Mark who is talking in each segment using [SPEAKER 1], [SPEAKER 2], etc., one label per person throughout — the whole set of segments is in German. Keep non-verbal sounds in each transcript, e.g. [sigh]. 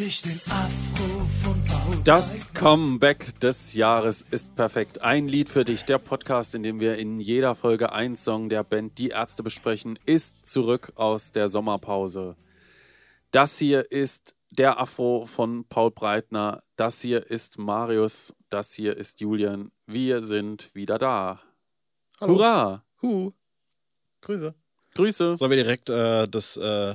[SPEAKER 1] ich den Afro von Paul
[SPEAKER 2] Das Comeback des Jahres ist perfekt. Ein Lied für dich, der Podcast, in dem wir in jeder Folge einen Song der Band Die Ärzte besprechen, ist zurück aus der Sommerpause. Das hier ist der Afro von Paul Breitner. Das hier ist Marius. Das hier ist Julian. Wir sind wieder da.
[SPEAKER 3] Hallo.
[SPEAKER 2] Hurra!
[SPEAKER 3] Hu. Grüße.
[SPEAKER 2] Grüße.
[SPEAKER 3] Sollen wir direkt äh, das, äh,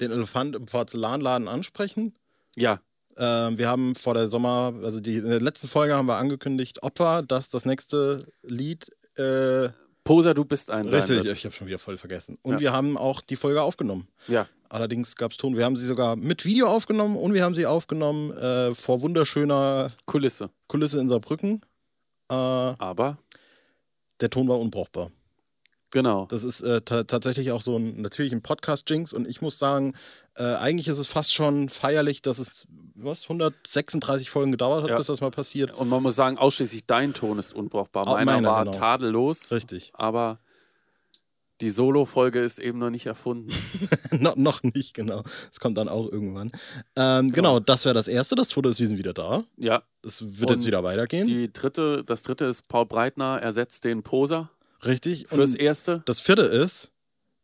[SPEAKER 3] den Elefant im Porzellanladen ansprechen?
[SPEAKER 2] Ja,
[SPEAKER 3] Ähm, wir haben vor der Sommer, also die, in der letzten Folge haben wir angekündigt, Opfer, dass das nächste Lied. Äh,
[SPEAKER 2] Poser, du bist ein sein
[SPEAKER 3] richtig,
[SPEAKER 2] wird.
[SPEAKER 3] ich habe schon wieder voll vergessen. Und
[SPEAKER 2] Ja.
[SPEAKER 3] wir haben auch die Folge aufgenommen.
[SPEAKER 2] Ja,
[SPEAKER 3] Allerdings gab es Ton. Wir haben sie sogar mit Video aufgenommen und wir haben sie aufgenommen äh, vor wunderschöner
[SPEAKER 2] Kulisse.
[SPEAKER 3] Kulisse in Saarbrücken. Äh,
[SPEAKER 2] Aber,
[SPEAKER 3] der Ton war unbrauchbar.
[SPEAKER 2] genau.
[SPEAKER 3] Das ist äh, ta tatsächlich auch so ein, natürlich ein Podcast-Jinx und ich muss sagen, äh, eigentlich ist es fast schon feierlich, dass es, was, 136 Folgen gedauert hat,
[SPEAKER 2] Ja.
[SPEAKER 3] bis das mal passiert.
[SPEAKER 2] Und man muss sagen, ausschließlich dein Ton ist unbrauchbar.
[SPEAKER 3] Auch
[SPEAKER 2] Meiner
[SPEAKER 3] meiner,
[SPEAKER 2] war
[SPEAKER 3] genau.
[SPEAKER 2] tadellos.
[SPEAKER 3] Richtig.
[SPEAKER 2] Aber die Solo-Folge ist eben noch nicht erfunden.
[SPEAKER 3] [laughs] no, noch nicht, genau. Das kommt dann auch irgendwann. Ähm, genau. das wäre das Erste. Das Foto ist, wir sind wieder da.
[SPEAKER 2] Ja,
[SPEAKER 3] Das wird
[SPEAKER 2] Und
[SPEAKER 3] jetzt wieder weitergehen.
[SPEAKER 2] die dritte, das dritte ist Paul Breitner ersetzt den Poser
[SPEAKER 3] Richtig.
[SPEAKER 2] fürs
[SPEAKER 3] Und
[SPEAKER 2] Erste.
[SPEAKER 3] das Vierte ist,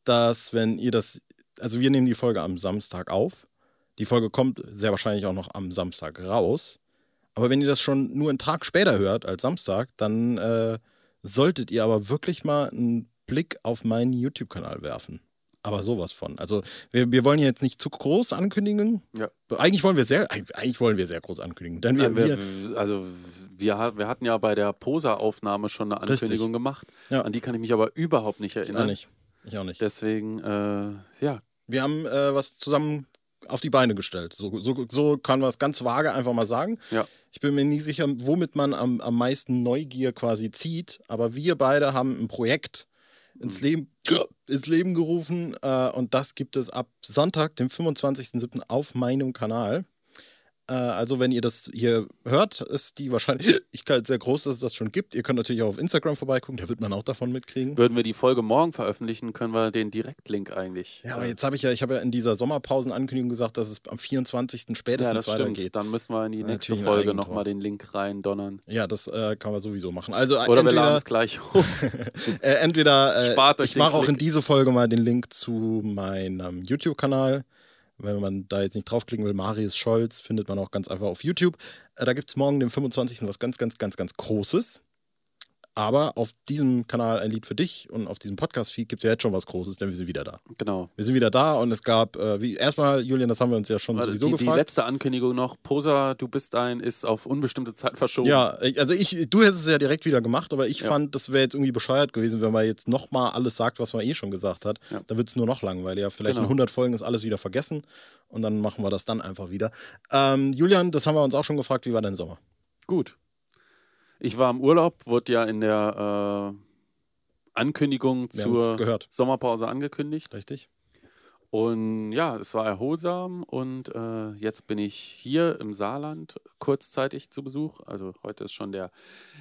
[SPEAKER 3] dass wenn ihr das, also wir nehmen die Folge am Samstag auf. Die Folge kommt sehr wahrscheinlich auch noch am Samstag raus. Aber wenn ihr das schon nur einen Tag später hört als Samstag, dann äh, solltet ihr aber wirklich mal einen Blick auf meinen YouTube-Kanal werfen. Aber sowas von. Also wir, wir wollen hier jetzt nicht zu groß ankündigen.
[SPEAKER 2] Ja.
[SPEAKER 3] Eigentlich wollen wir sehr, eigentlich wollen wir sehr groß ankündigen. Denn wir,
[SPEAKER 2] Äh,
[SPEAKER 3] wir,
[SPEAKER 2] wir, also wir, ha- wir hatten ja bei der Poser-Aufnahme schon eine
[SPEAKER 3] Richtig.
[SPEAKER 2] Ankündigung gemacht.
[SPEAKER 3] Ja.
[SPEAKER 2] An die kann ich mich aber überhaupt nicht
[SPEAKER 3] ich auch
[SPEAKER 2] erinnern.
[SPEAKER 3] nicht. Ich auch nicht.
[SPEAKER 2] Deswegen, äh, ja,
[SPEAKER 3] Wir haben äh, was zusammen auf die Beine gestellt. So, so, so kann man es ganz vage einfach mal sagen.
[SPEAKER 2] Ja.
[SPEAKER 3] Ich bin mir nie sicher, womit man am, am meisten Neugier quasi zieht, aber wir beide haben ein Projekt ins Leben, ins Leben gerufen äh, und das gibt es ab Sonntag, dem 25.07. auf meinem Kanal. Äh, also wenn ihr das hier hört, ist die Wahrscheinlichkeit sehr groß, dass es das schon gibt. Ihr könnt natürlich auch auf Instagram vorbeigucken, da wird man auch davon mitkriegen.
[SPEAKER 2] würden wir die Folge morgen veröffentlichen, können wir den Direktlink eigentlich.
[SPEAKER 3] Ja, aber
[SPEAKER 2] äh,
[SPEAKER 3] jetzt habe ich ja, ich habe ja in dieser Sommerpausenankündigung gesagt, dass es am 24. spätestens
[SPEAKER 2] ja, das stimmt.
[SPEAKER 3] weitergeht.
[SPEAKER 2] Dann müssen wir in die nächste
[SPEAKER 3] Natürlich ein
[SPEAKER 2] Folge
[SPEAKER 3] Eigentor.
[SPEAKER 2] nochmal den Link reindonnern.
[SPEAKER 3] Ja, das äh, kann man sowieso machen. Also äh,
[SPEAKER 2] Oder wir laden
[SPEAKER 3] entweder,
[SPEAKER 2] es gleich hoch. [laughs]
[SPEAKER 3] äh, entweder äh,
[SPEAKER 2] Spart euch
[SPEAKER 3] ich
[SPEAKER 2] den
[SPEAKER 3] mache auch
[SPEAKER 2] Klick.
[SPEAKER 3] in diese Folge mal den Link zu meinem YouTube-Kanal. Wenn man da jetzt nicht draufklicken will, Marius Scholz findet man auch ganz einfach auf YouTube. Äh, da gibt es morgen, dem 25. was ganz, ganz, ganz, ganz Großes. Aber auf diesem Kanal ein Lied für dich und auf diesem Podcast-Feed gibt es ja jetzt schon was Großes, denn wir sind wieder da.
[SPEAKER 2] Genau.
[SPEAKER 3] Wir sind wieder da und es gab, äh, wie erstmal, Julian, das haben wir uns ja schon
[SPEAKER 2] Also
[SPEAKER 3] sowieso
[SPEAKER 2] die, die
[SPEAKER 3] gefragt.
[SPEAKER 2] letzte Ankündigung noch, Poser, du bist ein, ist auf unbestimmte Zeit verschoben.
[SPEAKER 3] Ja, ich- also ich, du hättest es ja direkt wieder gemacht, aber ich
[SPEAKER 2] Ja.
[SPEAKER 3] fand, das wäre jetzt irgendwie bescheuert gewesen, wenn man jetzt nochmal alles sagt, was man eh schon gesagt hat.
[SPEAKER 2] Ja.
[SPEAKER 3] Dann wird es nur noch langweiliger. Vielleicht
[SPEAKER 2] Genau.
[SPEAKER 3] in 100 Folgen ist alles wieder vergessen und dann machen wir das dann einfach wieder. Ähm, Julian, das haben wir uns auch schon gefragt, wie war dein Sommer?
[SPEAKER 2] Gut. Ich war im Urlaub, wurde ja in der äh, Ankündigung
[SPEAKER 3] Wir haben es
[SPEAKER 2] zur
[SPEAKER 3] gehört,
[SPEAKER 2] Sommerpause angekündigt.
[SPEAKER 3] richtig?
[SPEAKER 2] Und ja, es war erholsam und äh, jetzt bin ich hier im Saarland kurzzeitig zu Besuch. Also heute ist schon der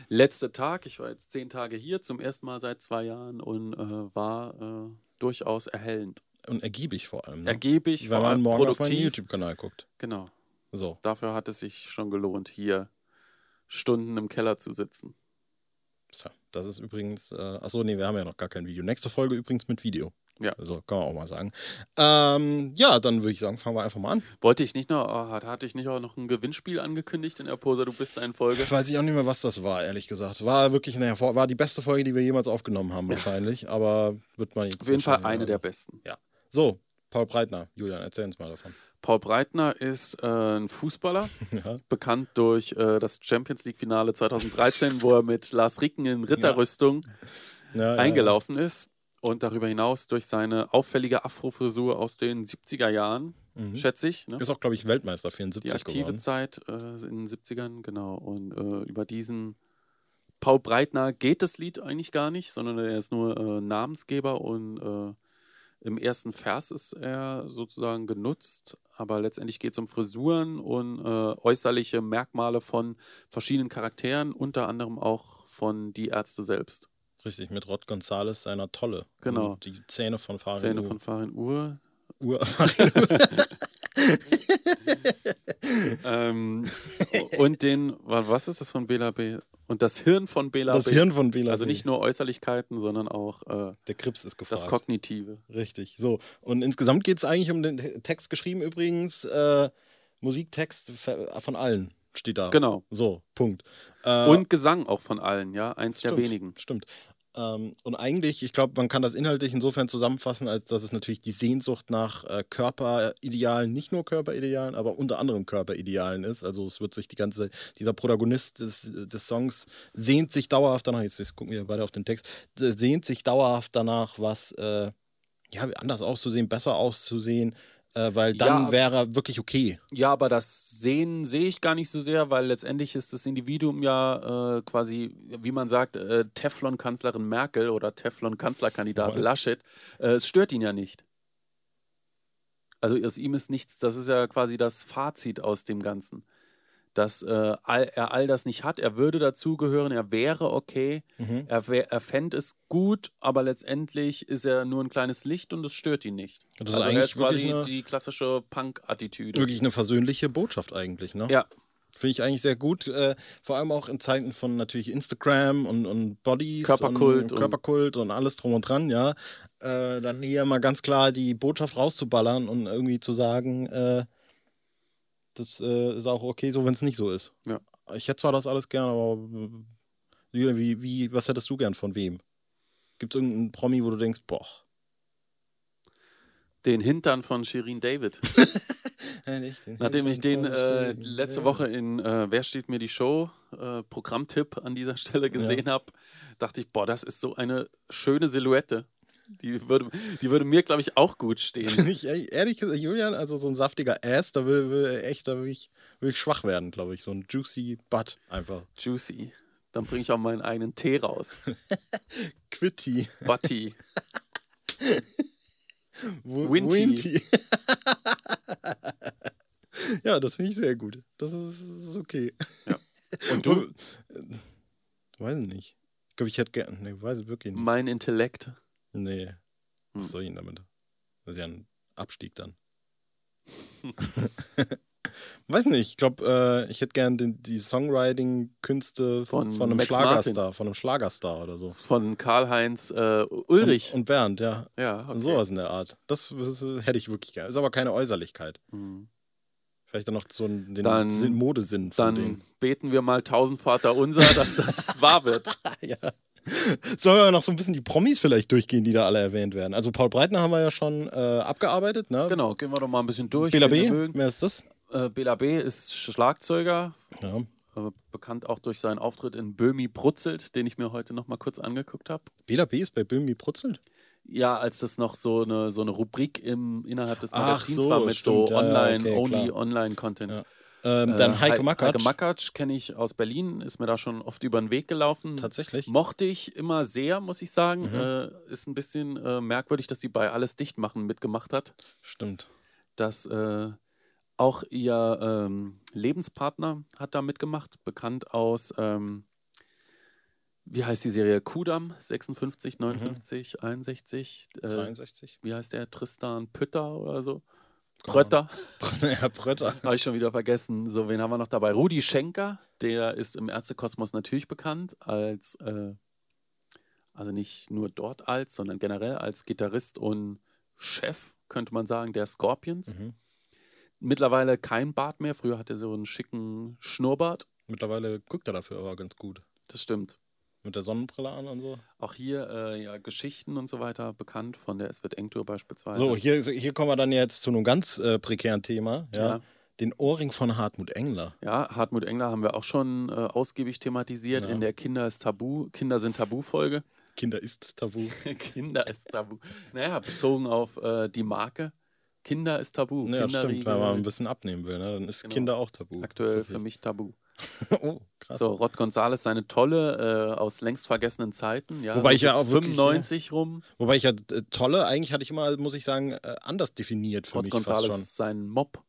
[SPEAKER 2] letzte Tag. Ich war jetzt zehn Tage hier, zum ersten Mal seit zwei Jahren und äh, war äh, durchaus erhellend.
[SPEAKER 3] Und ergiebig vor allem. Ne?
[SPEAKER 2] Ergiebig,
[SPEAKER 3] wenn
[SPEAKER 2] vor
[SPEAKER 3] man
[SPEAKER 2] allem
[SPEAKER 3] morgen auf meinen
[SPEAKER 2] produktiv.
[SPEAKER 3] YouTube-Kanal guckt.
[SPEAKER 2] Genau.
[SPEAKER 3] So.
[SPEAKER 2] Dafür hat es sich schon gelohnt, hier Stunden im Keller zu sitzen.
[SPEAKER 3] Tja, Das ist übrigens, äh, achso, nee, wir haben ja noch gar kein Video. Nächste Folge übrigens mit Video.
[SPEAKER 2] Ja.
[SPEAKER 3] Also, kann man auch mal sagen. Ähm, ja, dann würde ich sagen, fangen wir einfach mal an.
[SPEAKER 2] Wollte ich nicht noch, oh, hat- hatte ich nicht auch noch ein Gewinnspiel angekündigt in der Poser Du bist ein Folge?
[SPEAKER 3] Weiß ich auch nicht mehr, was das war, ehrlich gesagt. War wirklich eine hervor war die beste Folge, die wir jemals aufgenommen haben, wahrscheinlich. Aber wird man jetzt.
[SPEAKER 2] Auf jeden Fall
[SPEAKER 3] wahrscheinlich
[SPEAKER 2] eine der besten.
[SPEAKER 3] sagen. So, Paul Breitner. Julian, erzähl uns
[SPEAKER 2] [laughs]
[SPEAKER 3] mal davon.
[SPEAKER 2] Paul Breitner ist äh, ein
[SPEAKER 3] [laughs]
[SPEAKER 2] Fußballer,
[SPEAKER 3] Ja.
[SPEAKER 2] bekannt durch äh, das Champions League-Finale 2013, wo er mit Lars Ricken in Ritterrüstung
[SPEAKER 3] Ja, ja,
[SPEAKER 2] eingelaufen ist. Und darüber hinaus durch seine auffällige Afrofrisur aus den 70er Jahren,
[SPEAKER 3] Ja. Mhm.
[SPEAKER 2] schätze ich. Ne?
[SPEAKER 3] Ist auch, glaube ich, Weltmeister
[SPEAKER 2] die
[SPEAKER 3] 74
[SPEAKER 2] aktive
[SPEAKER 3] geworden.
[SPEAKER 2] Zeit äh, in den 70ern, genau. Und äh, über diesen Paul Breitner geht das Lied eigentlich gar nicht, sondern er ist nur äh, Namensgeber und äh, im ersten Vers ist er sozusagen genutzt. Aber letztendlich geht es um Frisuren und äh, äußerliche Merkmale von verschiedenen Charakteren, unter anderem auch von die Ärzte selbst.
[SPEAKER 3] Richtig, mit Rod Gonzales, seiner Tolle.
[SPEAKER 2] Genau.
[SPEAKER 3] Und die Zähne von Farin. [laughs]
[SPEAKER 2] Szene
[SPEAKER 3] Ur-
[SPEAKER 2] von Farin Ur,
[SPEAKER 3] Ur
[SPEAKER 2] ähm, und den, wa- was ist das von Bela B? Und das Hirn von Bela
[SPEAKER 3] Das
[SPEAKER 2] B.
[SPEAKER 3] Hirn von Bela
[SPEAKER 2] also
[SPEAKER 3] B.
[SPEAKER 2] nicht nur Äußerlichkeiten, sondern auch äh,
[SPEAKER 3] Der Krebs ist gefragt.
[SPEAKER 2] das Kognitive.
[SPEAKER 3] Richtig. So. Und insgesamt geht es eigentlich um den Te- Text geschrieben übrigens. Äh, Musiktext ver- von allen steht da.
[SPEAKER 2] Genau.
[SPEAKER 3] So, Punkt. Äh,
[SPEAKER 2] Und Gesang auch von allen, ja, eins
[SPEAKER 3] stimmt,
[SPEAKER 2] der wenigen.
[SPEAKER 3] Stimmt. Ähm, und eigentlich, ich glaube, man kann das inhaltlich insofern zusammenfassen, als dass es natürlich die Sehnsucht nach äh, Körperidealen, nicht nur Körperidealen, aber unter anderem Körperidealen ist. Also es wird sich die ganze, dieser Protagonist des, des Songs sehnt sich dauerhaft danach, jetzt, jetzt gucken wir beide auf den Text, der sehnt sich dauerhaft danach, was äh, ja, anders auszusehen, besser auszusehen, äh, weil dann
[SPEAKER 2] Ja.
[SPEAKER 3] wäre er wirklich okay.
[SPEAKER 2] Ja, aber das Sehen sehe ich gar nicht so sehr, weil letztendlich ist das Individuum ja äh, quasi, wie man sagt, äh, Teflon-Kanzlerin Merkel oder Teflon-Kanzlerkandidat
[SPEAKER 3] Was?
[SPEAKER 2] Laschet. Äh, es stört ihn ja nicht. Also aus ihm ist nichts, das ist ja quasi das Fazit aus dem Ganzen. Dass äh, all, er all das nicht hat, er würde dazugehören, er wäre okay,
[SPEAKER 3] Mhm.
[SPEAKER 2] er, wär, er fände es gut, aber letztendlich ist er nur ein kleines Licht und es stört ihn nicht.
[SPEAKER 3] Das ist
[SPEAKER 2] also er
[SPEAKER 3] eigentlich
[SPEAKER 2] ist quasi
[SPEAKER 3] wirklich eine-
[SPEAKER 2] die klassische Punk-Attitüde.
[SPEAKER 3] Wirklich eine versöhnliche Botschaft eigentlich, ne?
[SPEAKER 2] Ja.
[SPEAKER 3] Finde ich eigentlich sehr gut. Äh, vor allem auch in Zeiten von natürlich Instagram und, und Bodies.
[SPEAKER 2] Körperkult
[SPEAKER 3] Und
[SPEAKER 2] und-
[SPEAKER 3] Körperkult und alles drum und dran, ja. Äh, dann hier mal ganz klar die Botschaft rauszuballern und irgendwie zu sagen, äh, das äh, ist auch okay, so wenn es nicht so ist.
[SPEAKER 2] Ja.
[SPEAKER 3] Ich hätte zwar das alles gern, aber äh, Julian, wie, wie, was hättest du gern von wem? Gibt es irgendeinen Promi, wo du denkst, boah,
[SPEAKER 2] Den Hintern von Shirin David.
[SPEAKER 3] [laughs]
[SPEAKER 2] Nachdem ich Äh, den äh, letzte Woche in äh, Wer steht mir die Show äh, Programmtipp an dieser Stelle gesehen habe, dachte ich, boah, das ist so eine schöne Silhouette. Die würde, die würde mir, glaube ich, auch gut stehen.
[SPEAKER 3] [laughs] Bin ich ehrlich ehrlich gesagt, Julian, also so ein saftiger Ass, da will, will echt, da will ich, will ich schwach werden, glaube ich. So ein juicy Butt einfach.
[SPEAKER 2] Juicy. Dann bringe ich auch meinen eigenen Tee
[SPEAKER 3] [laughs]
[SPEAKER 2] raus.
[SPEAKER 3] Quitty.
[SPEAKER 2] Butty.
[SPEAKER 3] W-
[SPEAKER 2] Winty.
[SPEAKER 3] [laughs] ja, das finde ich sehr gut. Das ist, ist okay.
[SPEAKER 2] Und du,
[SPEAKER 3] Äh, Weiß nicht. Ich glaube, ich hätte gerne. Nee, weiß ich wirklich nicht.
[SPEAKER 2] mein Intellekt.
[SPEAKER 3] Nee. Was
[SPEAKER 2] Hm.
[SPEAKER 3] soll ich denn damit? Das ist ja ein Abstieg
[SPEAKER 2] [laughs]
[SPEAKER 3] dann. [laughs] weiß nicht. Ich glaube, äh, ich hätte gerne den- die Songwriting-Künste von,
[SPEAKER 2] Von
[SPEAKER 3] von einem
[SPEAKER 2] Max
[SPEAKER 3] Schlagerstar, von einem Schlagerstar oder so.
[SPEAKER 2] Von Karl-Heinz äh, Ulrich.
[SPEAKER 3] Und, und Bernd, ja.
[SPEAKER 2] ja, okay.
[SPEAKER 3] Sowas in der Art. Das, das hätte ich wirklich gerne. Ist aber keine Äußerlichkeit.
[SPEAKER 2] Mhm.
[SPEAKER 3] Vielleicht dann noch so einen- den
[SPEAKER 2] Dann-
[SPEAKER 3] Sinn, Modesinn von
[SPEAKER 2] Dann
[SPEAKER 3] denen.
[SPEAKER 2] beten wir mal tausendvater unser, [laughs] dass das wahr wird.
[SPEAKER 3] ja. Sollen wir noch so ein bisschen die Promis vielleicht durchgehen, die da alle erwähnt werden? Also Paul Breitner haben wir ja schon äh, abgearbeitet, ne?
[SPEAKER 2] [laughs] Genau, gehen wir doch mal ein bisschen durch.
[SPEAKER 3] Bela
[SPEAKER 2] wen wir
[SPEAKER 3] B,
[SPEAKER 2] mögen.
[SPEAKER 3] wer ist das?
[SPEAKER 2] Äh, Bela B. ist Schlagzeuger,
[SPEAKER 3] Ja.
[SPEAKER 2] äh, bekannt auch durch seinen Auftritt in Böhmi brutzelt, den ich mir heute noch mal kurz angeguckt habe.
[SPEAKER 3] Bela B ist bei Böhmi Brutzelt?
[SPEAKER 2] Ja, als das noch so eine, so eine Rubrik im, innerhalb des
[SPEAKER 3] Ach
[SPEAKER 2] Magazins
[SPEAKER 3] so,
[SPEAKER 2] war mit so
[SPEAKER 3] stimmt, ja, ja,
[SPEAKER 2] Online,
[SPEAKER 3] okay,
[SPEAKER 2] Only
[SPEAKER 3] klar.
[SPEAKER 2] Online-Content.
[SPEAKER 3] Ja. Ähm,
[SPEAKER 2] Äh,
[SPEAKER 3] dann Heike
[SPEAKER 2] Hei-
[SPEAKER 3] Mackert.
[SPEAKER 2] Heike Mackatsch kenne ich aus Berlin, ist mir da schon oft über den Weg gelaufen.
[SPEAKER 3] Tatsächlich.
[SPEAKER 2] Mochte ich immer sehr, muss ich sagen. Äh, ist ein bisschen äh, merkwürdig, dass sie bei Alles dicht machen mitgemacht hat.
[SPEAKER 3] Stimmt.
[SPEAKER 2] dass äh, auch ihr ähm, Lebenspartner hat da mitgemacht, bekannt aus, ähm, wie heißt die Serie? Kudam, 56, 59, 61. Äh,
[SPEAKER 3] 63.
[SPEAKER 2] wie heißt der? Tristan Pütter oder so?
[SPEAKER 3] Keine Ahnung.
[SPEAKER 2] Prötter,
[SPEAKER 3] [laughs] Herr Brötter.
[SPEAKER 2] [laughs] habe ich schon wieder vergessen. So, wen haben wir noch dabei? Rudi Schenker, der ist im Ärztekosmos natürlich bekannt als, äh, also nicht nur dort als, sondern generell als Gitarrist und Chef, könnte man sagen, der Scorpions
[SPEAKER 3] Mhm.
[SPEAKER 2] mittlerweile kein Bart mehr. Früher hatte er so einen schicken Schnurrbart.
[SPEAKER 3] Mittlerweile guckt er dafür aber ganz gut.
[SPEAKER 2] Das stimmt.
[SPEAKER 3] Mit der Sonnenbrille an und so.
[SPEAKER 2] Auch hier äh, ja, Geschichten und so weiter bekannt von der Es wird eng Tour beispielsweise.
[SPEAKER 3] So, hier, hier kommen wir dann jetzt zu einem ganz äh, prekären Thema. Ja.
[SPEAKER 2] Ja.
[SPEAKER 3] Den Ohrring von Hartmut Engler.
[SPEAKER 2] Ja, Hartmut Engler haben wir auch schon äh, ausgiebig thematisiert
[SPEAKER 3] Ja.
[SPEAKER 2] in der Kinder ist Tabu, Kinder sind Tabu-Folge.
[SPEAKER 3] Kinder ist tabu.
[SPEAKER 2] [laughs] Kinder ist Tabu. Naja, bezogen auf äh, die Marke. Kinder ist Tabu.
[SPEAKER 3] Ja, stimmt,
[SPEAKER 2] Kinderriegel,
[SPEAKER 3] weil man ein bisschen abnehmen will. Ne? Dann ist
[SPEAKER 2] Genau.
[SPEAKER 3] Kinder auch tabu. [laughs]
[SPEAKER 2] aktuell für mich Tabu.
[SPEAKER 3] oh, krass.
[SPEAKER 2] So, Rod Gonzales, seine tolle äh, aus längst vergessenen Zeiten. Ja,
[SPEAKER 3] Wobei ich
[SPEAKER 2] so
[SPEAKER 3] ja
[SPEAKER 2] bis
[SPEAKER 3] auch wirklich,
[SPEAKER 2] 95 rum.
[SPEAKER 3] Wobei ich ja äh, tolle, eigentlich hatte ich immer, muss ich sagen, äh, anders definiert für
[SPEAKER 2] Rod
[SPEAKER 3] mich fast schon.
[SPEAKER 2] Gonzales, sein Mob.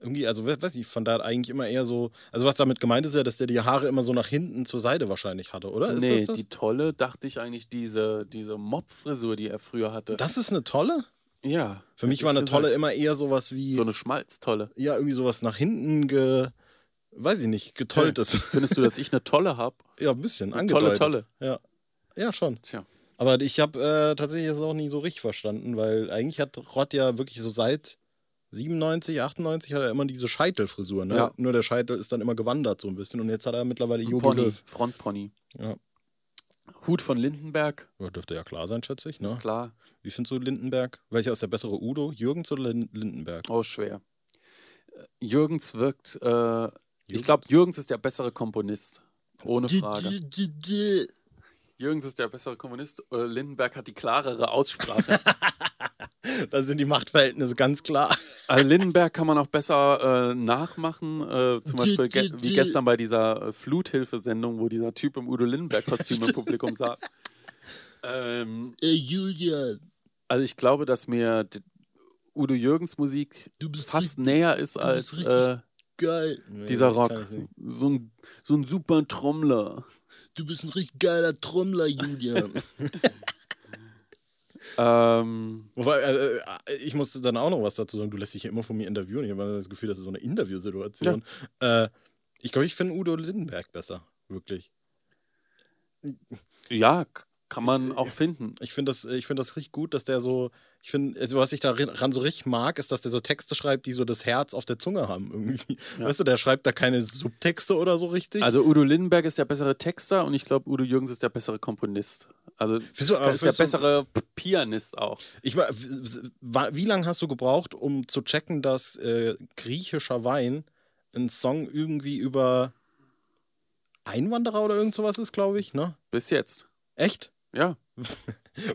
[SPEAKER 3] Irgendwie, also we- weiß ich, von da eigentlich immer eher so. Also was damit gemeint ist ja, dass der die Haare immer so nach hinten zur Seite wahrscheinlich hatte, oder? Ist
[SPEAKER 2] nee,
[SPEAKER 3] das, das?
[SPEAKER 2] die tolle, dachte ich eigentlich, diese, diese Mob-Frisur, die er früher hatte.
[SPEAKER 3] das ist eine tolle?
[SPEAKER 2] Ja.
[SPEAKER 3] Für mich
[SPEAKER 2] hätte
[SPEAKER 3] war
[SPEAKER 2] ich
[SPEAKER 3] eine
[SPEAKER 2] gesagt.
[SPEAKER 3] Tolle immer eher sowas wie,
[SPEAKER 2] So eine Schmalztolle.
[SPEAKER 3] ja, irgendwie sowas nach hinten ge, weiß ich nicht, getolltes.
[SPEAKER 2] Findest du, dass ich eine Tolle habe?
[SPEAKER 3] [laughs] ja, ein bisschen,
[SPEAKER 2] Eine
[SPEAKER 3] angedeutet.
[SPEAKER 2] Tolle,
[SPEAKER 3] Ja, ja schon.
[SPEAKER 2] Tja.
[SPEAKER 3] Aber ich habe äh, tatsächlich das auch nie so richtig verstanden, weil eigentlich hat Rott ja wirklich so seit 97, 98 hat er immer diese Scheitelfrisur. Ne?
[SPEAKER 2] Ja.
[SPEAKER 3] Nur der Scheitel ist dann immer gewandert so ein bisschen und jetzt hat er mittlerweile
[SPEAKER 2] Ein
[SPEAKER 3] Yogi
[SPEAKER 2] Pony,
[SPEAKER 3] Löw.
[SPEAKER 2] Frontpony.
[SPEAKER 3] Ja.
[SPEAKER 2] Hut von Lindenberg,
[SPEAKER 3] Ja, dürfte ja klar sein, schätze ich. Ne?
[SPEAKER 2] ist klar.
[SPEAKER 3] Wie findest du Lindenberg? Welcher ist der bessere Udo? Jürgens oder Lin Lindenberg?
[SPEAKER 2] Oh, schwer. Äh, Jürgens wirkt. Äh, Ich
[SPEAKER 3] Jürgens?
[SPEAKER 2] glaube, Jürgens ist der bessere Komponist. Ohne
[SPEAKER 3] Die-
[SPEAKER 2] Frage.
[SPEAKER 3] die- die- die.
[SPEAKER 2] Jürgens ist der bessere Komponist. Äh, Lindenberg hat die klarere
[SPEAKER 3] [laughs]
[SPEAKER 2] Aussprache.
[SPEAKER 3] Da sind die Machtverhältnisse ganz klar.
[SPEAKER 2] äh, Lindenberg kann man auch besser äh, nachmachen. Äh, zum
[SPEAKER 3] Die-
[SPEAKER 2] Beispiel ge
[SPEAKER 3] die-
[SPEAKER 2] wie
[SPEAKER 3] die.
[SPEAKER 2] gestern bei dieser äh, Fluthilfesendung, wo dieser Typ im Udo Lindenberg-Kostüm im Publikum saß. Ähm,
[SPEAKER 3] Ey, Julian.
[SPEAKER 2] also, ich glaube, dass mir d- Udo Jürgens Musik
[SPEAKER 3] Du bist
[SPEAKER 2] fast näher ist als
[SPEAKER 3] bist
[SPEAKER 2] äh,
[SPEAKER 3] geil. Nee,
[SPEAKER 2] dieser
[SPEAKER 3] das kann
[SPEAKER 2] Rock.
[SPEAKER 3] ich nicht.
[SPEAKER 2] So ein, so ein super Trommler.
[SPEAKER 3] Du bist ein richtig geiler Trommler, Julian.
[SPEAKER 2] Ähm,
[SPEAKER 3] [laughs] Wobei, äh, äh, ich musste dann auch noch was dazu sagen. Du lässt dich ja immer von mir interviewen. Ich habe immer das Gefühl, das ist so eine Interviewsituation. Äh, ich glaube, ich finde Udo Lindenberg besser. Wirklich.
[SPEAKER 2] ja, k- kann man auch finden.
[SPEAKER 3] Ich äh, finde das, ich find das richtig gut, dass der so. Ich finde, also was ich daran so richtig mag, ist, dass der so Texte schreibt, die so das Herz auf der Zunge haben. Irgendwie.
[SPEAKER 2] Ja.
[SPEAKER 3] Weißt du, der schreibt da keine Subtexte oder so richtig.
[SPEAKER 2] Also Udo Lindenberg ist der bessere Texter und ich glaube, Udo Jürgens ist der bessere Komponist. Also
[SPEAKER 3] Findest du- aber
[SPEAKER 2] er ist der
[SPEAKER 3] findest du-
[SPEAKER 2] bessere P- Pianist auch.
[SPEAKER 3] Ich mein, w- w- wa- wie lange hast du gebraucht, um zu checken, dass äh, griechischer Wein ein Song irgendwie über Einwanderer oder irgend sowas ist, glaube ich, ne?
[SPEAKER 2] Bis jetzt.
[SPEAKER 3] Echt?
[SPEAKER 2] Ja.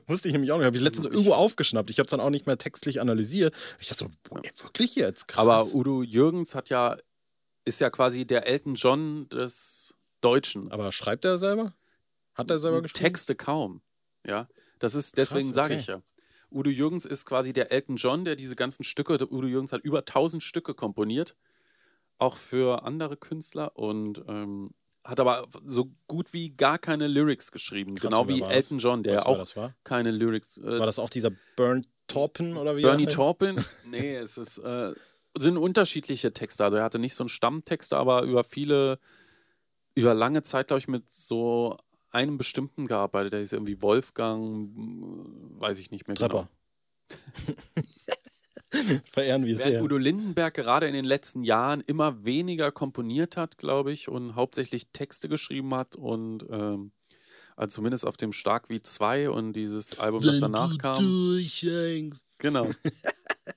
[SPEAKER 3] Wusste ich nämlich auch nicht. Habe ich letztens irgendwo aufgeschnappt. Ich habe es dann auch nicht mehr textlich analysiert. Ich dachte so, boah, ey, wirklich jetzt? Krass.
[SPEAKER 2] Aber Udo Jürgens hat ja, ist ja quasi der Elton John des Deutschen.
[SPEAKER 3] Aber schreibt er selber? Hat er selber geschrieben?
[SPEAKER 2] Texte kaum. Ja. Das ist, deswegen
[SPEAKER 3] Krass,
[SPEAKER 2] sage
[SPEAKER 3] okay.
[SPEAKER 2] ich ja. Udo Jürgens ist quasi der Elton John, der diese ganzen Stücke, der Udo Jürgens hat über 1000 Stücke komponiert, auch für andere Künstler und ähm, hat aber so gut wie gar keine Lyrics geschrieben.
[SPEAKER 3] Krass,
[SPEAKER 2] genau
[SPEAKER 3] wer
[SPEAKER 2] wie
[SPEAKER 3] war
[SPEAKER 2] Elton John, der
[SPEAKER 3] Weißt
[SPEAKER 2] ja
[SPEAKER 3] du, wer
[SPEAKER 2] auch
[SPEAKER 3] das war?
[SPEAKER 2] keine Lyrics. Äh,
[SPEAKER 3] War das auch dieser Bernd Torpen oder wie? er
[SPEAKER 2] Bernie
[SPEAKER 3] heißt?
[SPEAKER 2] Taupin? Nee, es ist, äh, sind unterschiedliche Texte. Also er hatte nicht so einen Stammtext, aber über viele, über lange Zeit, glaube ich, mit so einem bestimmten gearbeitet. Der hieß irgendwie Wolfgang, m, weiß ich nicht mehr
[SPEAKER 3] Trepper. [laughs] Verehren wir
[SPEAKER 2] genau. Während
[SPEAKER 3] sehr.
[SPEAKER 2] Udo Lindenberg gerade in den letzten Jahren immer weniger komponiert hat, glaube ich, und hauptsächlich Texte geschrieben hat und ähm, also zumindest auf dem Stark wie 2 und dieses Album, das danach kam.
[SPEAKER 3] durchhängst.
[SPEAKER 2] Genau.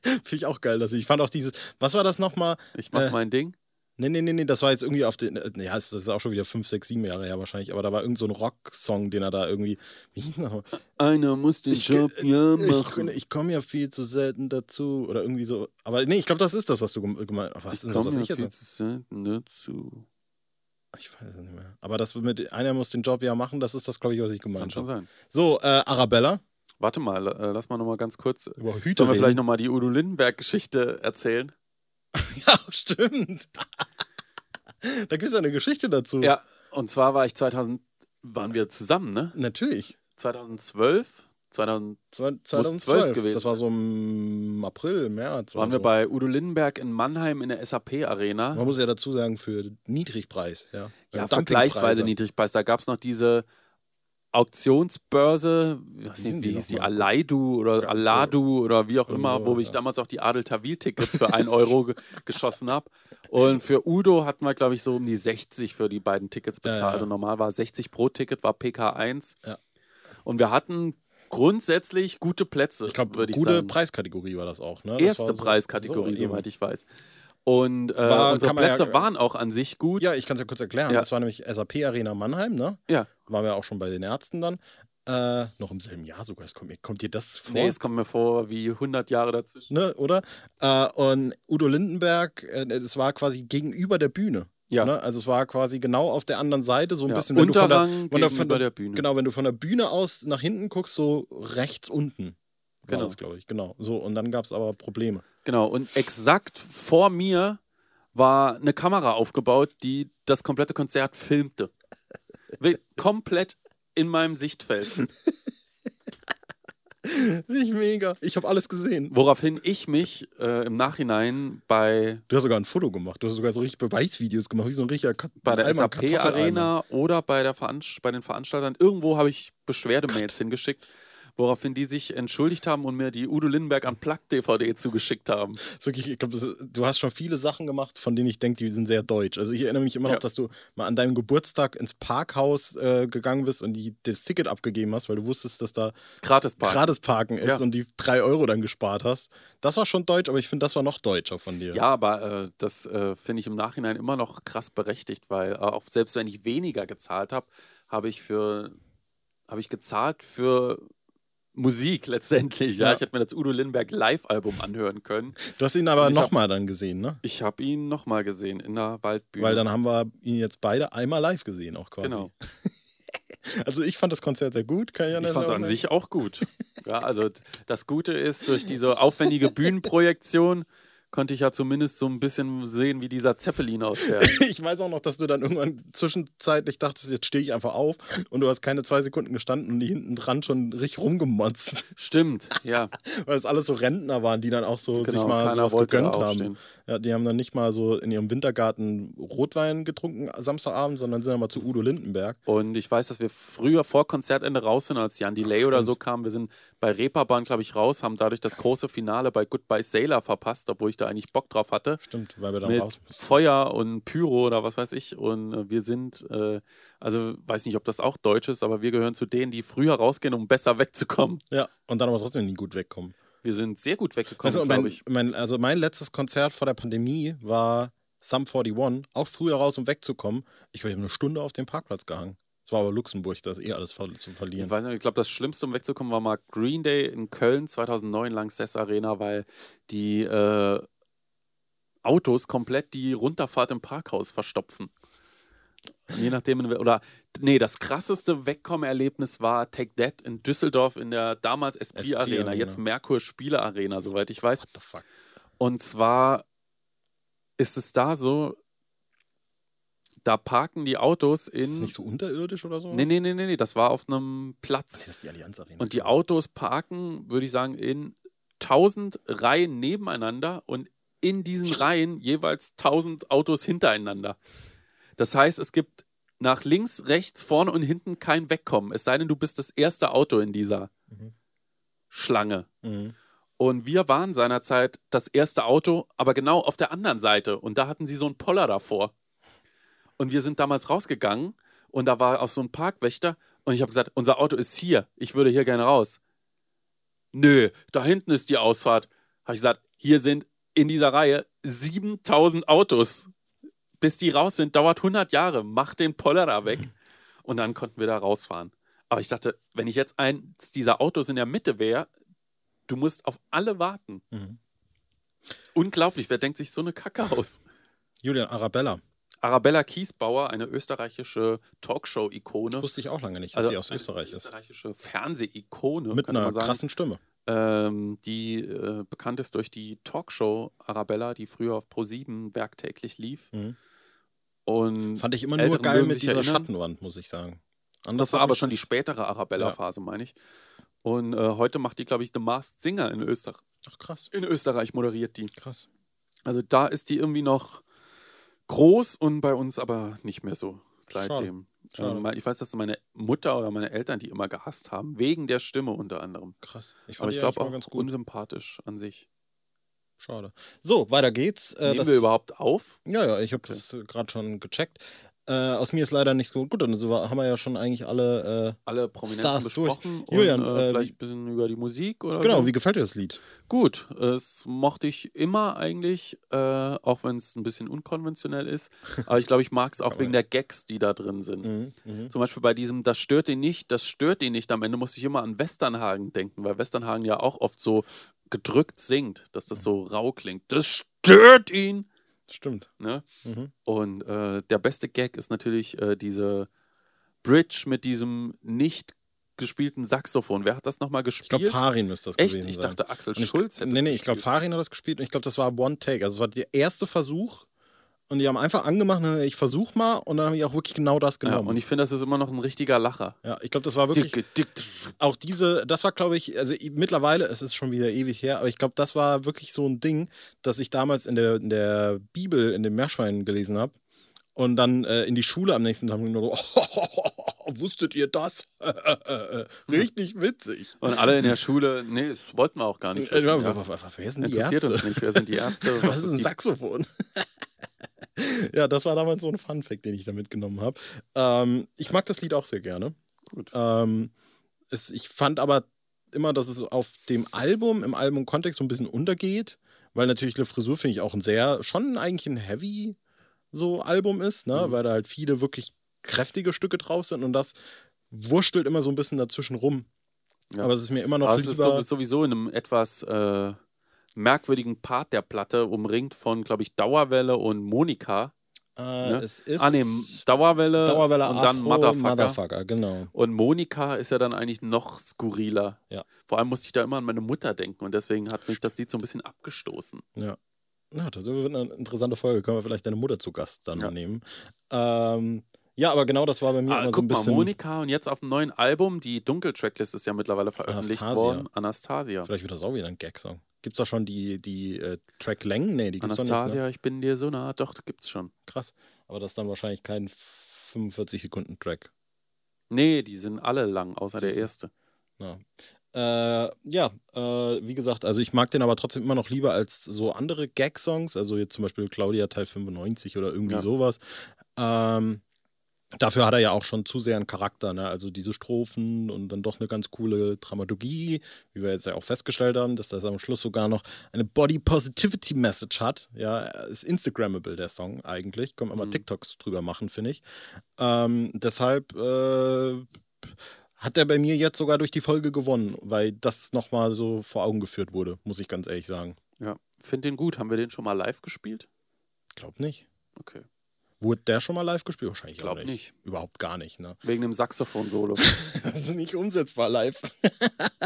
[SPEAKER 3] Finde ich auch geil. Dass ich, ich fand auch dieses, was war das nochmal?
[SPEAKER 2] Ich mach
[SPEAKER 3] Äh,
[SPEAKER 2] mein Ding.
[SPEAKER 3] Nee, nee, nee, nee, das war jetzt irgendwie auf den, äh, ja, das ist auch schon wieder 5, 6, 7 Jahre her wahrscheinlich, aber da war irgend so ein Rock-Song, den er da irgendwie, [laughs] wie hieß denn noch?
[SPEAKER 2] Einer muss den Job ja
[SPEAKER 3] ich,
[SPEAKER 2] machen.
[SPEAKER 3] ich komme ja viel zu selten dazu oder irgendwie so, aber nee, ich glaube, das ist das, was du gem- gemeint hast. Was ist das, was ich jetzt noch-
[SPEAKER 2] zu selten dazu.
[SPEAKER 3] Ich weiß es nicht mehr. Aber das mit, einer muss den Job ja machen, das ist das, glaube ich, was ich
[SPEAKER 2] Kann
[SPEAKER 3] gemeint
[SPEAKER 2] schon
[SPEAKER 3] habe.
[SPEAKER 2] sein.
[SPEAKER 3] So, äh, Arabella.
[SPEAKER 2] Warte mal, äh, lass mal nochmal ganz kurz.
[SPEAKER 3] Über Hüte
[SPEAKER 2] Sollen wir
[SPEAKER 3] reden.
[SPEAKER 2] vielleicht nochmal die Udo Lindenberg-Geschichte erzählen?
[SPEAKER 3] [laughs] Ja, stimmt. [laughs] da gibt es ja eine Geschichte dazu.
[SPEAKER 2] Ja, und zwar war ich 2000, waren wir zusammen, ne?
[SPEAKER 3] Natürlich.
[SPEAKER 2] 2012, 2000
[SPEAKER 3] Zwei-
[SPEAKER 2] zwölf
[SPEAKER 3] 2012
[SPEAKER 2] gewesen
[SPEAKER 3] Das war so im April, März.
[SPEAKER 2] waren
[SPEAKER 3] oder
[SPEAKER 2] wir
[SPEAKER 3] so.
[SPEAKER 2] bei Udo Lindenberg in Mannheim in der SAP-Arena.
[SPEAKER 3] Man muss ja dazu sagen, für Niedrigpreis. Ja, Äh,
[SPEAKER 2] Ja,
[SPEAKER 3] Dumpingpreise.
[SPEAKER 2] Äh, vergleichsweise Niedrigpreis. Da gab es noch diese Auktionsbörse, ich weiß
[SPEAKER 3] Wie sind
[SPEAKER 2] nicht,
[SPEAKER 3] die
[SPEAKER 2] wie hieß die,
[SPEAKER 3] nochmal?
[SPEAKER 2] Alaidu oder
[SPEAKER 3] Ja,
[SPEAKER 2] Aladu oder wie auch
[SPEAKER 3] irgendwie
[SPEAKER 2] immer, wo
[SPEAKER 3] sowas,
[SPEAKER 2] ich
[SPEAKER 3] ja.
[SPEAKER 2] damals auch die Adel Tawil-Tickets für 1 Euro ge- [laughs] geschossen habe. Und für Udo hatten wir, glaube ich, so um die 60 für die beiden Tickets
[SPEAKER 3] Ja, ja,
[SPEAKER 2] bezahlt.
[SPEAKER 3] ja.
[SPEAKER 2] Und normal war 60 pro Ticket, war PK1.
[SPEAKER 3] Ja.
[SPEAKER 2] Und wir hatten grundsätzlich gute Plätze,
[SPEAKER 3] Ich glaube,
[SPEAKER 2] würde ich
[SPEAKER 3] gute
[SPEAKER 2] sagen.
[SPEAKER 3] Preiskategorie war das auch. Ne? Das
[SPEAKER 2] Erste
[SPEAKER 3] war so-
[SPEAKER 2] Preiskategorie,
[SPEAKER 3] so eben.
[SPEAKER 2] soweit ich weiß. Und äh,
[SPEAKER 3] War-
[SPEAKER 2] unsere
[SPEAKER 3] kann man ja-
[SPEAKER 2] Plätze waren auch an sich gut.
[SPEAKER 3] Ja, ich kann es ja kurz erklären.
[SPEAKER 2] Ja.
[SPEAKER 3] Das war nämlich SAP Arena Mannheim, ne?
[SPEAKER 2] ja.
[SPEAKER 3] Waren wir auch schon bei den Ärzten dann. Äh, noch im selben Jahr sogar. Es Kommt, mir- kommt dir das vor?
[SPEAKER 2] Nee, es kommt mir vor wie 100 Jahre dazwischen.
[SPEAKER 3] ne, oder? Äh, und Udo Lindenberg, äh, es war quasi gegenüber der Bühne.
[SPEAKER 2] Ja.
[SPEAKER 3] Ne? Also es war quasi genau auf der anderen Seite, so ein
[SPEAKER 2] Ja,
[SPEAKER 3] bisschen wenn du von der,
[SPEAKER 2] Unterrang
[SPEAKER 3] wenn du von
[SPEAKER 2] gegenüber der Bühne.
[SPEAKER 3] Genau, wenn du von der Bühne aus nach hinten guckst, so rechts unten. War
[SPEAKER 2] Genau.
[SPEAKER 3] genau. das, glaube ich. Genau. So, und dann gab es
[SPEAKER 2] [laughs]
[SPEAKER 3] aber Probleme.
[SPEAKER 2] Genau, und exakt vor mir war eine Kamera aufgebaut, die das komplette Konzert filmte. Wi- Komplett in meinem Sichtfeld.
[SPEAKER 3] Finde ich mega. Ich habe alles gesehen.
[SPEAKER 2] Woraufhin ich mich äh, im Nachhinein bei,
[SPEAKER 3] Du hast sogar ein Foto gemacht. Du hast sogar so richtig Beweisvideos gemacht, wie so ein richtiger Kat
[SPEAKER 2] bei der
[SPEAKER 3] Eimer- Kartoffeleimer.
[SPEAKER 2] SAP-Arena oder bei, der Veranst bei den Veranstaltern, irgendwo habe ich Beschwerdemails hingeschickt, woraufhin die sich entschuldigt haben und mir die Udo Lindenberg an Plug-DVD zugeschickt haben.
[SPEAKER 3] Das ist Wirklich, ich glaube, das ist- du hast schon viele Sachen gemacht, von denen ich denke, die sind sehr deutsch. Also ich erinnere mich immer noch,
[SPEAKER 2] Ja.
[SPEAKER 3] dass du mal an deinem Geburtstag ins Parkhaus äh, gegangen bist und die, das Ticket abgegeben hast, weil du wusstest, dass da
[SPEAKER 2] Gratis Park.
[SPEAKER 3] gratis Parken ist
[SPEAKER 2] Ja.
[SPEAKER 3] und die drei Euro dann gespart hast. Das war schon deutsch, aber ich finde, das war noch deutscher von dir.
[SPEAKER 2] Ja, aber äh, das äh, finde ich im Nachhinein immer noch krass berechtigt, weil äh, auch selbst wenn ich weniger gezahlt habe, habe ich für habe ich gezahlt für Musik letztendlich. Ja,
[SPEAKER 3] Ja.
[SPEAKER 2] ich hätte mir das Udo Lindenberg Live-Album anhören können.
[SPEAKER 3] Du hast ihn aber
[SPEAKER 2] Ich hab-
[SPEAKER 3] nochmal dann gesehen, ne?
[SPEAKER 2] Ich habe ihn nochmal gesehen in der Waldbühne.
[SPEAKER 3] Weil dann haben wir ihn jetzt beide einmal live gesehen, auch quasi.
[SPEAKER 2] genau.
[SPEAKER 3] Also ich fand das Konzert sehr gut. Kann ich
[SPEAKER 2] Ich
[SPEAKER 3] ja
[SPEAKER 2] fand es
[SPEAKER 3] auch
[SPEAKER 2] an
[SPEAKER 3] sagen.
[SPEAKER 2] sich auch
[SPEAKER 3] [laughs]
[SPEAKER 2] gut. Ja, also d- das Gute ist, durch diese aufwendige Bühnenprojektion konnte ich ja zumindest so ein bisschen sehen, wie dieser Zeppelin aus
[SPEAKER 3] [laughs]
[SPEAKER 2] der
[SPEAKER 3] Ich weiß auch noch, dass du dann irgendwann zwischenzeitlich dachtest, jetzt stehe ich einfach auf und du hast keine zwei Sekunden gestanden und die hinten dran schon richtig rumgemotzt, [laughs]
[SPEAKER 2] Stimmt, ja.
[SPEAKER 3] weil es alles so Rentner waren, die dann auch so
[SPEAKER 2] Genau,
[SPEAKER 3] sich mal
[SPEAKER 2] keiner
[SPEAKER 3] sowas
[SPEAKER 2] wollte
[SPEAKER 3] gegönnt
[SPEAKER 2] aufstehen.
[SPEAKER 3] haben. Ja, die haben dann nicht mal so in ihrem Wintergarten Rotwein getrunken Samstagabend, sondern sind dann mal zu Udo Lindenberg.
[SPEAKER 2] Und ich weiß, dass wir früher vor Konzertende raus sind, als Jan Delay oder so kam. Wir sind bei Reeperbahn, glaube ich, raus, haben dadurch das große Finale bei Goodbye Sailor verpasst, obwohl ich da eigentlich Bock drauf hatte.
[SPEAKER 3] Stimmt, weil wir dann
[SPEAKER 2] Mit
[SPEAKER 3] raus müssen.
[SPEAKER 2] Feuer und Pyro oder was weiß ich. Und äh, wir sind, äh, also weiß nicht, ob das auch deutsch ist, aber wir gehören zu denen, die früher rausgehen, um besser [laughs] wegzukommen.
[SPEAKER 3] Ja, und dann aber trotzdem nie gut wegkommen.
[SPEAKER 2] Wir sind sehr gut weggekommen,
[SPEAKER 3] Also mein,
[SPEAKER 2] glaube ich.
[SPEAKER 3] Mein, also mein letztes Konzert vor der Pandemie war Sum 41, auch früher raus, um wegzukommen. Ich glaube, ich habe eine Stunde auf dem Parkplatz gehangen. Es war aber Luxemburg, da ist eh alles voll zu
[SPEAKER 2] Ich
[SPEAKER 3] verlieren.
[SPEAKER 2] weiß nicht, ich glaube, das Schlimmste, um wegzukommen, war mal Green Day in Köln 2009 lang Sess Arena, weil die äh, Autos komplett die Runterfahrt im Parkhaus verstopfen. Und Je nachdem, in wel- oder nee, das krasseste Wegkommen-Erlebnis war Take That in Düsseldorf in der damals SP Arena,
[SPEAKER 3] Arena.
[SPEAKER 2] jetzt Merkur Spiele Arena, soweit ich weiß.
[SPEAKER 3] What the fuck?
[SPEAKER 2] Und zwar ist es da so, da parken die Autos in.
[SPEAKER 3] Ist das nicht so unterirdisch oder so?
[SPEAKER 2] nee, nee, nee, nee, nee, das war auf einem Platz.
[SPEAKER 3] Das ist die Allianz Arena.
[SPEAKER 2] Und die Autos parken, würde ich sagen, in 1000 Reihen nebeneinander und in diesen Reihen jeweils 1000 Autos hintereinander. Das heißt, es gibt nach links, rechts, vorne und hinten kein Wegkommen. Es sei denn, du bist das erste Auto in dieser
[SPEAKER 3] Mhm.
[SPEAKER 2] Schlange.
[SPEAKER 3] Mhm.
[SPEAKER 2] Und wir waren seinerzeit das erste Auto, aber genau auf der anderen Seite. Und da hatten sie so einen Poller davor. Und wir sind damals rausgegangen und da war auch so ein Parkwächter. Und ich habe gesagt, unser Auto ist hier. Ich würde hier gerne raus. Nö, da hinten ist die Ausfahrt. Habe ich gesagt, hier sind in dieser Reihe 7000 Autos. Bis die raus sind, dauert 100 Jahre. Mach den Poller da weg. Und dann konnten wir da rausfahren. Aber ich dachte, wenn ich jetzt eins dieser Autos in der Mitte wäre, du musst auf alle warten.
[SPEAKER 3] Mhm.
[SPEAKER 2] Unglaublich, wer denkt sich so eine Kacke aus?
[SPEAKER 3] Julian Arabella.
[SPEAKER 2] Arabella Kiesbauer, eine österreichische Talkshow-Ikone.
[SPEAKER 3] Wusste ich auch lange nicht, dass
[SPEAKER 2] Also
[SPEAKER 3] sie aus
[SPEAKER 2] eine
[SPEAKER 3] Österreich ist.
[SPEAKER 2] Österreichische Fernseh-Ikone,
[SPEAKER 3] Mit
[SPEAKER 2] könnte
[SPEAKER 3] einer
[SPEAKER 2] man sagen.
[SPEAKER 3] krassen Stimme.
[SPEAKER 2] Ähm, die äh, bekannt ist durch die Talkshow Arabella, die früher auf Pro7 werktäglich lief.
[SPEAKER 3] Mhm.
[SPEAKER 2] Und
[SPEAKER 3] Fand ich immer
[SPEAKER 2] Ältere
[SPEAKER 3] nur geil
[SPEAKER 2] mögen
[SPEAKER 3] mit
[SPEAKER 2] sich
[SPEAKER 3] dieser
[SPEAKER 2] erinnern.
[SPEAKER 3] Schattenwand, muss ich sagen. Anders
[SPEAKER 2] das war
[SPEAKER 3] hab
[SPEAKER 2] aber
[SPEAKER 3] ich-
[SPEAKER 2] schon die spätere Arabella-Phase, meine ich. Und äh, heute macht die, glaube ich, The Masked Singer in Österreich.
[SPEAKER 3] Ach, krass.
[SPEAKER 2] In Österreich moderiert die.
[SPEAKER 3] Krass.
[SPEAKER 2] Also da ist die irgendwie noch groß und bei uns aber nicht mehr so
[SPEAKER 3] Schade.
[SPEAKER 2] seitdem.
[SPEAKER 3] Schade.
[SPEAKER 2] Ähm, ich weiß, dass meine Mutter oder meine Eltern die immer gehasst haben, wegen der Stimme unter anderem.
[SPEAKER 3] Krass. Ich
[SPEAKER 2] aber
[SPEAKER 3] Ah, die
[SPEAKER 2] ich glaube
[SPEAKER 3] eigentlich
[SPEAKER 2] auch
[SPEAKER 3] mal ganz gut.
[SPEAKER 2] unsympathisch an sich.
[SPEAKER 3] Schade. So, weiter geht's. Äh,
[SPEAKER 2] Nehmen wir überhaupt auf?
[SPEAKER 3] Ja, ja, ich habe das gerade schon gecheckt. Äh, aus mir ist leider nichts gut. Gut, dann so war- haben wir ja schon eigentlich alle.
[SPEAKER 2] Alle Prominenten
[SPEAKER 3] Stars
[SPEAKER 2] besprochen
[SPEAKER 3] durch. Julian,
[SPEAKER 2] und äh,
[SPEAKER 3] äh,
[SPEAKER 2] vielleicht
[SPEAKER 3] wie-
[SPEAKER 2] ein bisschen über die Musik oder
[SPEAKER 3] Äh, genau,
[SPEAKER 2] so.
[SPEAKER 3] wie gefällt dir das Lied?
[SPEAKER 2] Gut, es mochte ich immer eigentlich, äh, auch wenn es ein bisschen unkonventionell ist.
[SPEAKER 3] [laughs]
[SPEAKER 2] Aber ich glaube, ich mag es auch
[SPEAKER 3] Aber-
[SPEAKER 2] wegen der Gags, die da drin sind.
[SPEAKER 3] Mhm, mhm.
[SPEAKER 2] Zum Beispiel bei diesem, das stört ihn nicht, das stört ihn nicht. Am Ende muss ich immer an Westernhagen denken, weil Westernhagen ja auch oft so gedrückt singt, dass das so rau klingt. Das stört ihn!
[SPEAKER 3] Stimmt.
[SPEAKER 2] Ne?
[SPEAKER 3] Mhm.
[SPEAKER 2] Und äh, der beste Gag ist natürlich äh, diese Bridge mit diesem nicht gespielten Saxophon. Wer hat das nochmal
[SPEAKER 3] Ich
[SPEAKER 2] gespielt?
[SPEAKER 3] glaube, Farin müsste das
[SPEAKER 2] Echt?
[SPEAKER 3] gewesen
[SPEAKER 2] Ich
[SPEAKER 3] sein.
[SPEAKER 2] dachte, Axel
[SPEAKER 3] Und ich,
[SPEAKER 2] Schulz hätte
[SPEAKER 3] Nee,
[SPEAKER 2] es
[SPEAKER 3] nee, ich glaube,
[SPEAKER 2] gespielt.
[SPEAKER 3] Farin hat das gespielt und ich glaube, das war One Take. Also, es war der erste Versuch Und die haben einfach angemacht, und ich versuch mal und dann habe ich auch wirklich genau das
[SPEAKER 2] Ja,
[SPEAKER 3] genommen.
[SPEAKER 2] und ich finde, das ist immer noch ein richtiger Lacher.
[SPEAKER 3] Ja, ich glaube, das war wirklich
[SPEAKER 2] Dicke, dick, tsch.
[SPEAKER 3] auch diese, das war, glaube ich, also i- mittlerweile, es ist schon wieder ewig her, aber ich glaube, das war wirklich so ein Ding, das ich damals in der, in der Bibel, in dem Meerschwein gelesen habe. Und dann äh, in die Schule am nächsten Tag nur so, [laughs] wusstet ihr das? Richtig witzig.
[SPEAKER 2] Und alle in der Schule, nee, das wollten wir auch gar nicht
[SPEAKER 3] Äh,
[SPEAKER 2] wissen.
[SPEAKER 3] wa-
[SPEAKER 2] Ja.
[SPEAKER 3] wa- wa- Wer sind die
[SPEAKER 2] Interessiert
[SPEAKER 3] Ärzte?
[SPEAKER 2] uns nicht, wer sind die
[SPEAKER 3] [laughs]
[SPEAKER 2] Ärzte?
[SPEAKER 3] Was ist ein
[SPEAKER 2] die-
[SPEAKER 3] Saxophon? [laughs] ja, das war damals so ein Funfact, den ich da mitgenommen habe. Ähm, ich mag das Lied auch sehr gerne.
[SPEAKER 2] Gut.
[SPEAKER 3] Ähm, es, ich fand aber immer, dass es auf dem Album, im Album-Kontext so ein bisschen untergeht, weil natürlich Le Frisur finde ich auch ein sehr, schon eigentlich ein heavy so Album ist, ne?
[SPEAKER 2] Mhm.
[SPEAKER 3] weil da halt viele wirklich kräftige Stücke drauf sind und das wurstelt immer so ein bisschen dazwischen rum.
[SPEAKER 2] Ja.
[SPEAKER 3] Aber es ist mir immer noch
[SPEAKER 2] Aber es ist
[SPEAKER 3] lieber-
[SPEAKER 2] so- sowieso in einem etwas äh, merkwürdigen Part der Platte, umringt von, glaube ich, Dauerwelle und Monika.
[SPEAKER 3] äh,
[SPEAKER 2] ne?
[SPEAKER 3] es ist
[SPEAKER 2] ah, nee, Dauerwelle,
[SPEAKER 3] Dauerwelle
[SPEAKER 2] Äh, und
[SPEAKER 3] Afro,
[SPEAKER 2] dann Motherfucker.
[SPEAKER 3] Motherfucker, genau.
[SPEAKER 2] Und Monika ist ja dann eigentlich noch skurriler.
[SPEAKER 3] Ja.
[SPEAKER 2] Vor allem musste ich da immer an meine Mutter denken und deswegen hat mich das Lied so ein bisschen abgestoßen.
[SPEAKER 3] Na, das wird eine interessante Folge. Können wir vielleicht deine Mutter zu Gast dann
[SPEAKER 2] Ja.
[SPEAKER 3] mal nehmen. Ähm, ja, aber genau das war bei mir
[SPEAKER 2] Ah,
[SPEAKER 3] immer so
[SPEAKER 2] guck
[SPEAKER 3] ein
[SPEAKER 2] mal,
[SPEAKER 3] bisschen.
[SPEAKER 2] Monika und jetzt auf dem neuen Album, die Dunkel-Tracklist ist ja mittlerweile veröffentlicht
[SPEAKER 3] Anastasia.
[SPEAKER 2] worden. Anastasia.
[SPEAKER 3] vielleicht wird das auch wieder ein Gag-Song. Gibt's da schon die, die äh, Tracklängen? Nee, die gibt's doch nicht. Ne?
[SPEAKER 2] Anastasia, ich bin dir so nah. Doch, gibt's schon.
[SPEAKER 3] Krass. Aber das ist dann wahrscheinlich kein 45-Sekunden-Track.
[SPEAKER 2] Nee, die sind alle lang, außer der
[SPEAKER 3] Siehste.
[SPEAKER 2] erste.
[SPEAKER 3] ne? Äh, ja, äh, wie gesagt, also ich mag den aber trotzdem immer noch lieber als so andere Gag-Songs, also jetzt zum Beispiel Claudia Teil 95 oder irgendwie
[SPEAKER 2] Ja.
[SPEAKER 3] sowas. Ähm, dafür hat er ja auch schon zu sehr einen Charakter, ne? also diese Strophen und dann doch eine ganz coole Dramaturgie, wie wir jetzt ja auch festgestellt haben, dass das am Schluss sogar noch eine Body Positivity Message hat. Ja, ist Instagrammable der Song eigentlich, können wir mal
[SPEAKER 2] Mhm.
[SPEAKER 3] TikToks drüber machen, finde ich. Ähm, deshalb äh, hat er bei mir jetzt sogar durch die Folge gewonnen, weil das nochmal so vor Augen geführt wurde, muss ich ganz ehrlich sagen.
[SPEAKER 2] Ja, find den gut. Haben wir den schon mal live gespielt?
[SPEAKER 3] Glaub nicht.
[SPEAKER 2] Okay.
[SPEAKER 3] Wurde der schon mal live gespielt? Wahrscheinlich
[SPEAKER 2] Glaub
[SPEAKER 3] auch nicht. Überhaupt gar nicht, ne?
[SPEAKER 2] Wegen dem Saxophon-Solo.
[SPEAKER 3] Also nicht umsetzbar live. [laughs]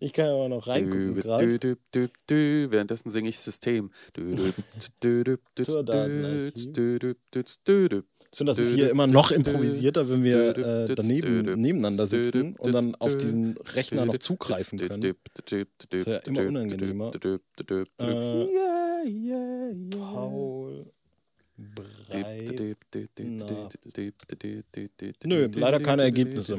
[SPEAKER 3] ich kann ja mal noch [laughs] reingucken
[SPEAKER 2] Dü-
[SPEAKER 3] gerade.
[SPEAKER 2] dü- dü- dü- dü. Währenddessen singe ich System. Dü- dü- dü- dü- dü- dü- dü-
[SPEAKER 3] Tordatenarchiv.
[SPEAKER 2] dü- dü- dü- dü- dü.
[SPEAKER 3] Ich finde, das ist hier immer noch improvisierter, wenn wir äh, daneben, nebeneinander sitzen und dann auf diesen Rechner noch zugreifen können.
[SPEAKER 2] Ist
[SPEAKER 3] ja immer unangenehmer. Äh, Paul Breit. Nö, leider keine Ergebnisse.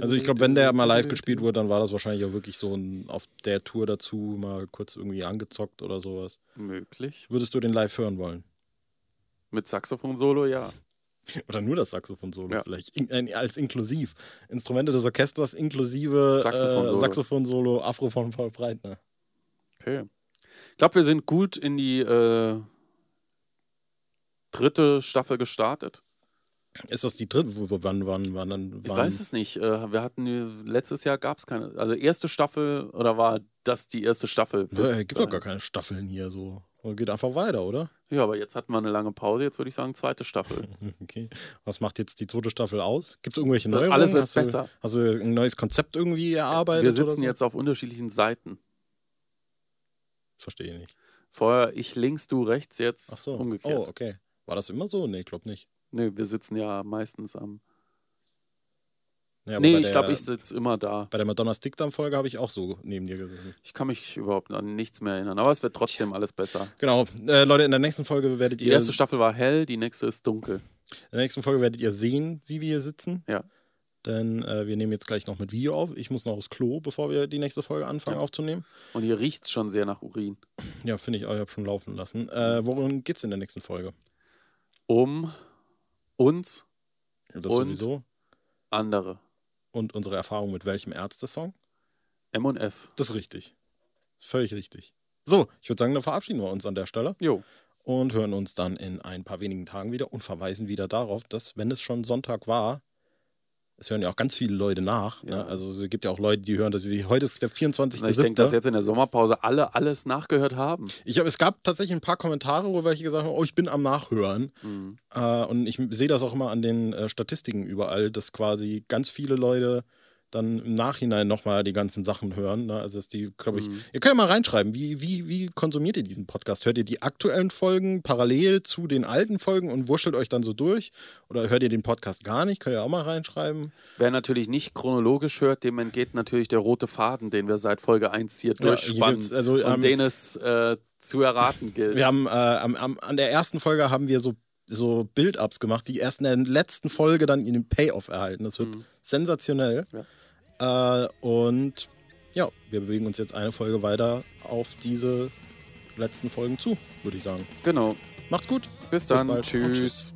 [SPEAKER 3] Also ich glaube, wenn der mal live gespielt wurde, dann war das wahrscheinlich auch wirklich so ein auf der Tour dazu mal kurz irgendwie angezockt oder sowas.
[SPEAKER 2] Möglich.
[SPEAKER 3] Würdest du den live hören wollen?
[SPEAKER 2] Mit Saxophon-Solo, ja.
[SPEAKER 3] Oder nur das Saxophon-Solo
[SPEAKER 2] Ja.
[SPEAKER 3] vielleicht, in, ein- als inklusiv. Instrumente des Orchesters inklusive
[SPEAKER 2] Saxophon-Solo.
[SPEAKER 3] äh, Saxophon-Solo, Afro von Paul Breitner.
[SPEAKER 2] Okay. Ich glaube, wir sind gut in die äh, dritte Staffel gestartet.
[SPEAKER 3] Ist das die dritte? W- w- Wann, wann, wann, wann?
[SPEAKER 2] Ich weiß es nicht. Äh, wir hatten letztes Jahr gab es keine. Also erste Staffel oder war das die erste Staffel?
[SPEAKER 3] Nö, ey, Ne, gibt doch gar
[SPEAKER 2] dahin?
[SPEAKER 3] keine Staffeln hier so. Geht einfach weiter, oder? [laughs]
[SPEAKER 2] Ja, aber jetzt hatten wir eine lange Pause. Jetzt würde ich sagen zweite Staffel.
[SPEAKER 3] Okay. Was macht jetzt die zweite Staffel aus? Gibt es irgendwelche
[SPEAKER 2] Wird-
[SPEAKER 3] Neuerungen?
[SPEAKER 2] alles wird
[SPEAKER 3] hast
[SPEAKER 2] besser.
[SPEAKER 3] Du, hast du ein neues Konzept irgendwie erarbeitet?
[SPEAKER 2] wir
[SPEAKER 3] oder
[SPEAKER 2] sitzen
[SPEAKER 3] so?
[SPEAKER 2] jetzt auf unterschiedlichen Seiten.
[SPEAKER 3] Verstehe nicht.
[SPEAKER 2] Vorher ich links, du rechts. Jetzt
[SPEAKER 3] Ach so.
[SPEAKER 2] umgekehrt.
[SPEAKER 3] Oh, okay. War das immer so? Nee, glaub nicht.
[SPEAKER 2] Nee, wir sitzen ja meistens am.
[SPEAKER 3] Nee, aber
[SPEAKER 2] nee,
[SPEAKER 3] bei
[SPEAKER 2] ich
[SPEAKER 3] der-
[SPEAKER 2] glaube, ich sitze immer da.
[SPEAKER 3] Bei der Madonna Stickdown-Folge habe ich auch so neben dir gesessen.
[SPEAKER 2] Ich kann mich überhaupt an nichts mehr erinnern. Aber es wird trotzdem alles besser.
[SPEAKER 3] Genau. Äh, Leute, in der nächsten Folge werdet
[SPEAKER 2] Die
[SPEAKER 3] ihr
[SPEAKER 2] erste Staffel war hell, die nächste ist dunkel.
[SPEAKER 3] In der nächsten Folge werdet ihr sehen, wie wir hier sitzen.
[SPEAKER 2] Ja.
[SPEAKER 3] Denn äh, wir nehmen jetzt gleich noch mit Video auf. Ich muss noch aufs Klo, bevor wir die nächste Folge anfangen
[SPEAKER 2] Ja.
[SPEAKER 3] aufzunehmen.
[SPEAKER 2] Und hier riecht es schon sehr nach Urin.
[SPEAKER 3] Ja, finde ich, auch, ich habe schon laufen lassen. Äh, worum geht's in der nächsten Folge?
[SPEAKER 2] Um uns
[SPEAKER 3] Das
[SPEAKER 2] Und?
[SPEAKER 3] sowieso.
[SPEAKER 2] andere.
[SPEAKER 3] Und unsere Erfahrung mit welchem Ärzte-Song?
[SPEAKER 2] M und F.
[SPEAKER 3] Das ist richtig. Völlig richtig. So, ich würde sagen, dann verabschieden wir uns an der Stelle
[SPEAKER 2] Jo.
[SPEAKER 3] und hören uns dann in ein paar wenigen Tagen wieder und verweisen wieder darauf, dass, wenn es schon Sonntag war, es hören ja auch ganz viele Leute nach.
[SPEAKER 2] Ja.
[SPEAKER 3] Ne? Also es gibt ja auch Leute, die hören, dass wir, heute ist der
[SPEAKER 2] Na, ich
[SPEAKER 3] 24.07.
[SPEAKER 2] denke, dass jetzt in der Sommerpause alle alles nachgehört haben.
[SPEAKER 3] Ich hab, es gab tatsächlich ein paar Kommentare, wo welche gesagt haben, oh, ich bin am Nachhören.
[SPEAKER 2] Mhm.
[SPEAKER 3] Äh, und ich sehe das auch immer an den äh, Statistiken überall, dass quasi ganz viele Leute dann im Nachhinein nochmal die ganzen Sachen hören. Ne? Also ist die, glaube ich, ihr könnt ja mal reinschreiben, wie, wie, wie konsumiert ihr diesen Podcast? Hört ihr die aktuellen Folgen parallel zu den alten Folgen und wurschtelt euch dann so durch? Oder hört ihr den Podcast gar nicht? Könnt ihr auch mal reinschreiben.
[SPEAKER 2] Wer natürlich nicht chronologisch hört, dem entgeht natürlich der rote Faden, den wir seit Folge 1 hier
[SPEAKER 3] hier
[SPEAKER 2] durchspannen
[SPEAKER 3] gibt's- also, ähm,
[SPEAKER 2] und den es äh, zu erraten gilt.
[SPEAKER 3] Wir haben äh, am, am, an der ersten Folge haben wir so, so Build-Ups gemacht, die erst in der letzten Folge dann in den Payoff erhalten. Das wird sensationell. Äh, und ja, wir bewegen uns jetzt eine Folge weiter auf diese letzten Folgen zu, würde ich sagen.
[SPEAKER 2] Genau.
[SPEAKER 3] Macht's gut.
[SPEAKER 2] Bis dann.
[SPEAKER 3] bald. Und
[SPEAKER 2] tschüss.